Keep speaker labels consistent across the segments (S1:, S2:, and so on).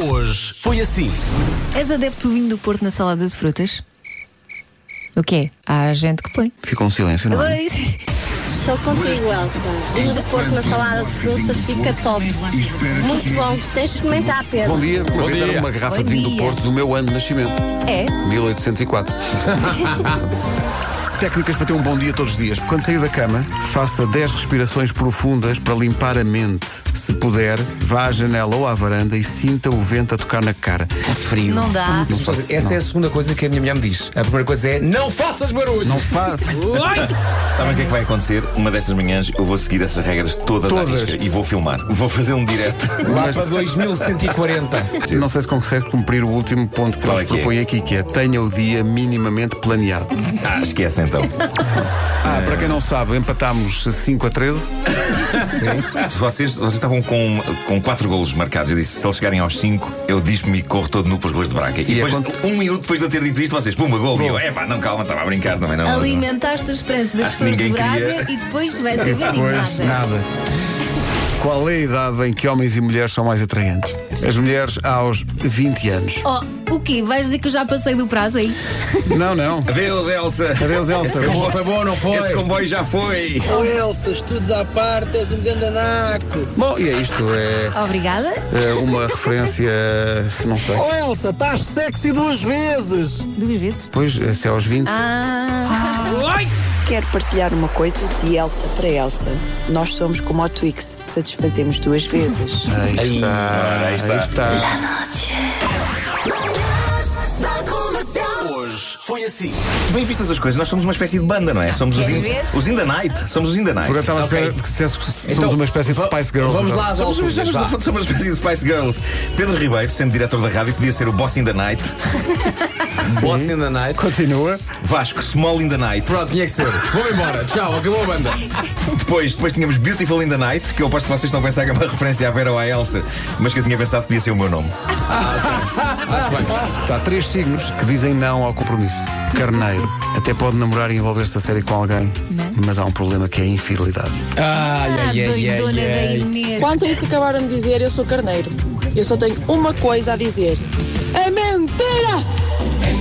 S1: hoje foi assim.
S2: És adepto do vinho do Porto na salada de frutas? O que é? Há gente que põe.
S1: Ficou um silêncio, não
S2: Agora
S1: é?
S2: isso.
S3: Estou contigo, Elsa. Vinho
S4: é
S3: do Porto na salada de fruta fica top. Muito bom,
S4: assim.
S3: tens de experimentar, Pedro.
S5: Bom dia, uma vez deram uma garrafa
S2: Bom
S5: de vinho do
S2: dia.
S5: Porto do meu ano de nascimento,
S2: É?
S5: 1804. Técnicas para ter um bom dia todos os dias. Quando sair da cama, faça 10 respirações profundas para limpar a mente. Se puder, vá à janela ou à varanda e sinta o vento a tocar na cara.
S1: Está frio.
S2: Não dá.
S5: Não
S6: Pois,
S5: faça-
S6: Essa é a segunda coisa que a minha mulher me diz. A primeira coisa é não faças barulho!
S5: Não faça.
S7: Sabem o que é que vai acontecer? Uma desstas manhãs eu vou seguir essas regras todas,
S5: Todas.
S7: à risca e vou filmar. Vou fazer um direto.
S6: Lá para 2140.
S5: Não sei se consegue cumprir o último ponto que
S7: Qual
S5: eles
S7: é que é?
S5: propõem aqui, que é tenha o dia minimamente planeado.
S7: ah, esquece então.
S5: Ah, para quem não sabe, empatámos 5 a 13.
S7: Vocês, vocês estavam com, com quatro golos marcados. Eu disse: se eles chegarem aos cinco, eu dispo-me e corro todo nu pelas ruas de Braga. E, depois,
S5: aconte-
S7: um minuto depois de eu ter dito isto, vocês, pumba, gol. E eu, é pá, não, calma, estava a brincar também. Não, não.
S2: Alimentaste a esperança das
S7: Acho que
S2: pessoas de
S7: ninguém
S2: Braga
S7: queria.
S2: e depois vai saber de
S5: Pois,
S2: nada.
S5: nada. Qual é a idade em que homens e mulheres são mais atraentes? As mulheres aos 20 anos.
S2: Oh, o quê? Vais dizer que eu já passei do prazo, é isso?
S5: Não, não.
S7: Adeus, Elsa.
S5: Adeus, Elsa.
S6: Foi bom, não foi?
S7: Esse comboio já foi.
S8: Oh, Elsa, estudos à parte, és um grande anaco.
S5: Bom, e é isto. É,
S2: Obrigada.
S5: é uma referência. Não sei.
S8: Oh, Elsa, estás sexy duas vezes.
S2: Duas vezes.
S5: Pois, se é aos 20.
S2: Ah,
S4: Quero partilhar uma coisa de Elsa para Elsa. Nós somos como a Twix, satisfazemos duas vezes.
S5: Aí está. Aí está.
S1: Hoje foi assim.
S7: Bem vistas as coisas, nós somos uma espécie de banda, não é? Somos os,
S2: Queres
S7: in,
S2: ver?
S7: os In the Night. Somos os In the Night.
S5: Porque eu estava a
S6: Ok.
S5: esperar que dissesse que somos
S6: Então,
S5: uma espécie de
S6: va-
S5: Spice Girls.
S6: vamos lá.
S5: então.
S6: Às
S7: Somos, somos,
S6: alturas,
S7: somos,
S6: vá.
S7: no fundo, somos uma espécie de Spice Girls. Pedro Ribeiro, sendo diretor da rádio, podia ser o Boss in the Night.
S6: Boss in the night.
S5: Continua.
S7: Vasco, Small in the Night.
S6: Pronto, tinha que ser. Vou embora. Tchau, acabou a banda.
S7: Depois, depois tínhamos Beautiful in the Night, que eu aposto que vocês não pensaram que é uma referência à Vera ou à Elsa, mas que eu tinha pensado que podia ser o meu nome.
S5: Há três signos que dizem não ao compromisso. Carneiro. Até pode namorar e envolver-se a sério com alguém,
S2: Mas-
S5: mas há um problema que é a infidelidade.
S6: Ai,
S2: ah doidona da Inês.
S4: Quanto a isso que acabaram de dizer, eu sou carneiro. Eu só tenho uma coisa a dizer: é mentira!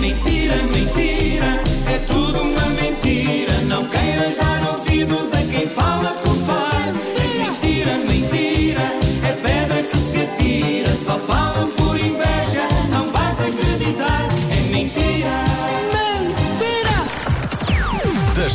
S9: Mentira, mentira, é tudo uma mentira. Não queiras dar ouvidos a quem fala com faz. Mentira, mentira, é pedra que se atira. Só falam por inveja, não vais acreditar. É mentira.
S1: Das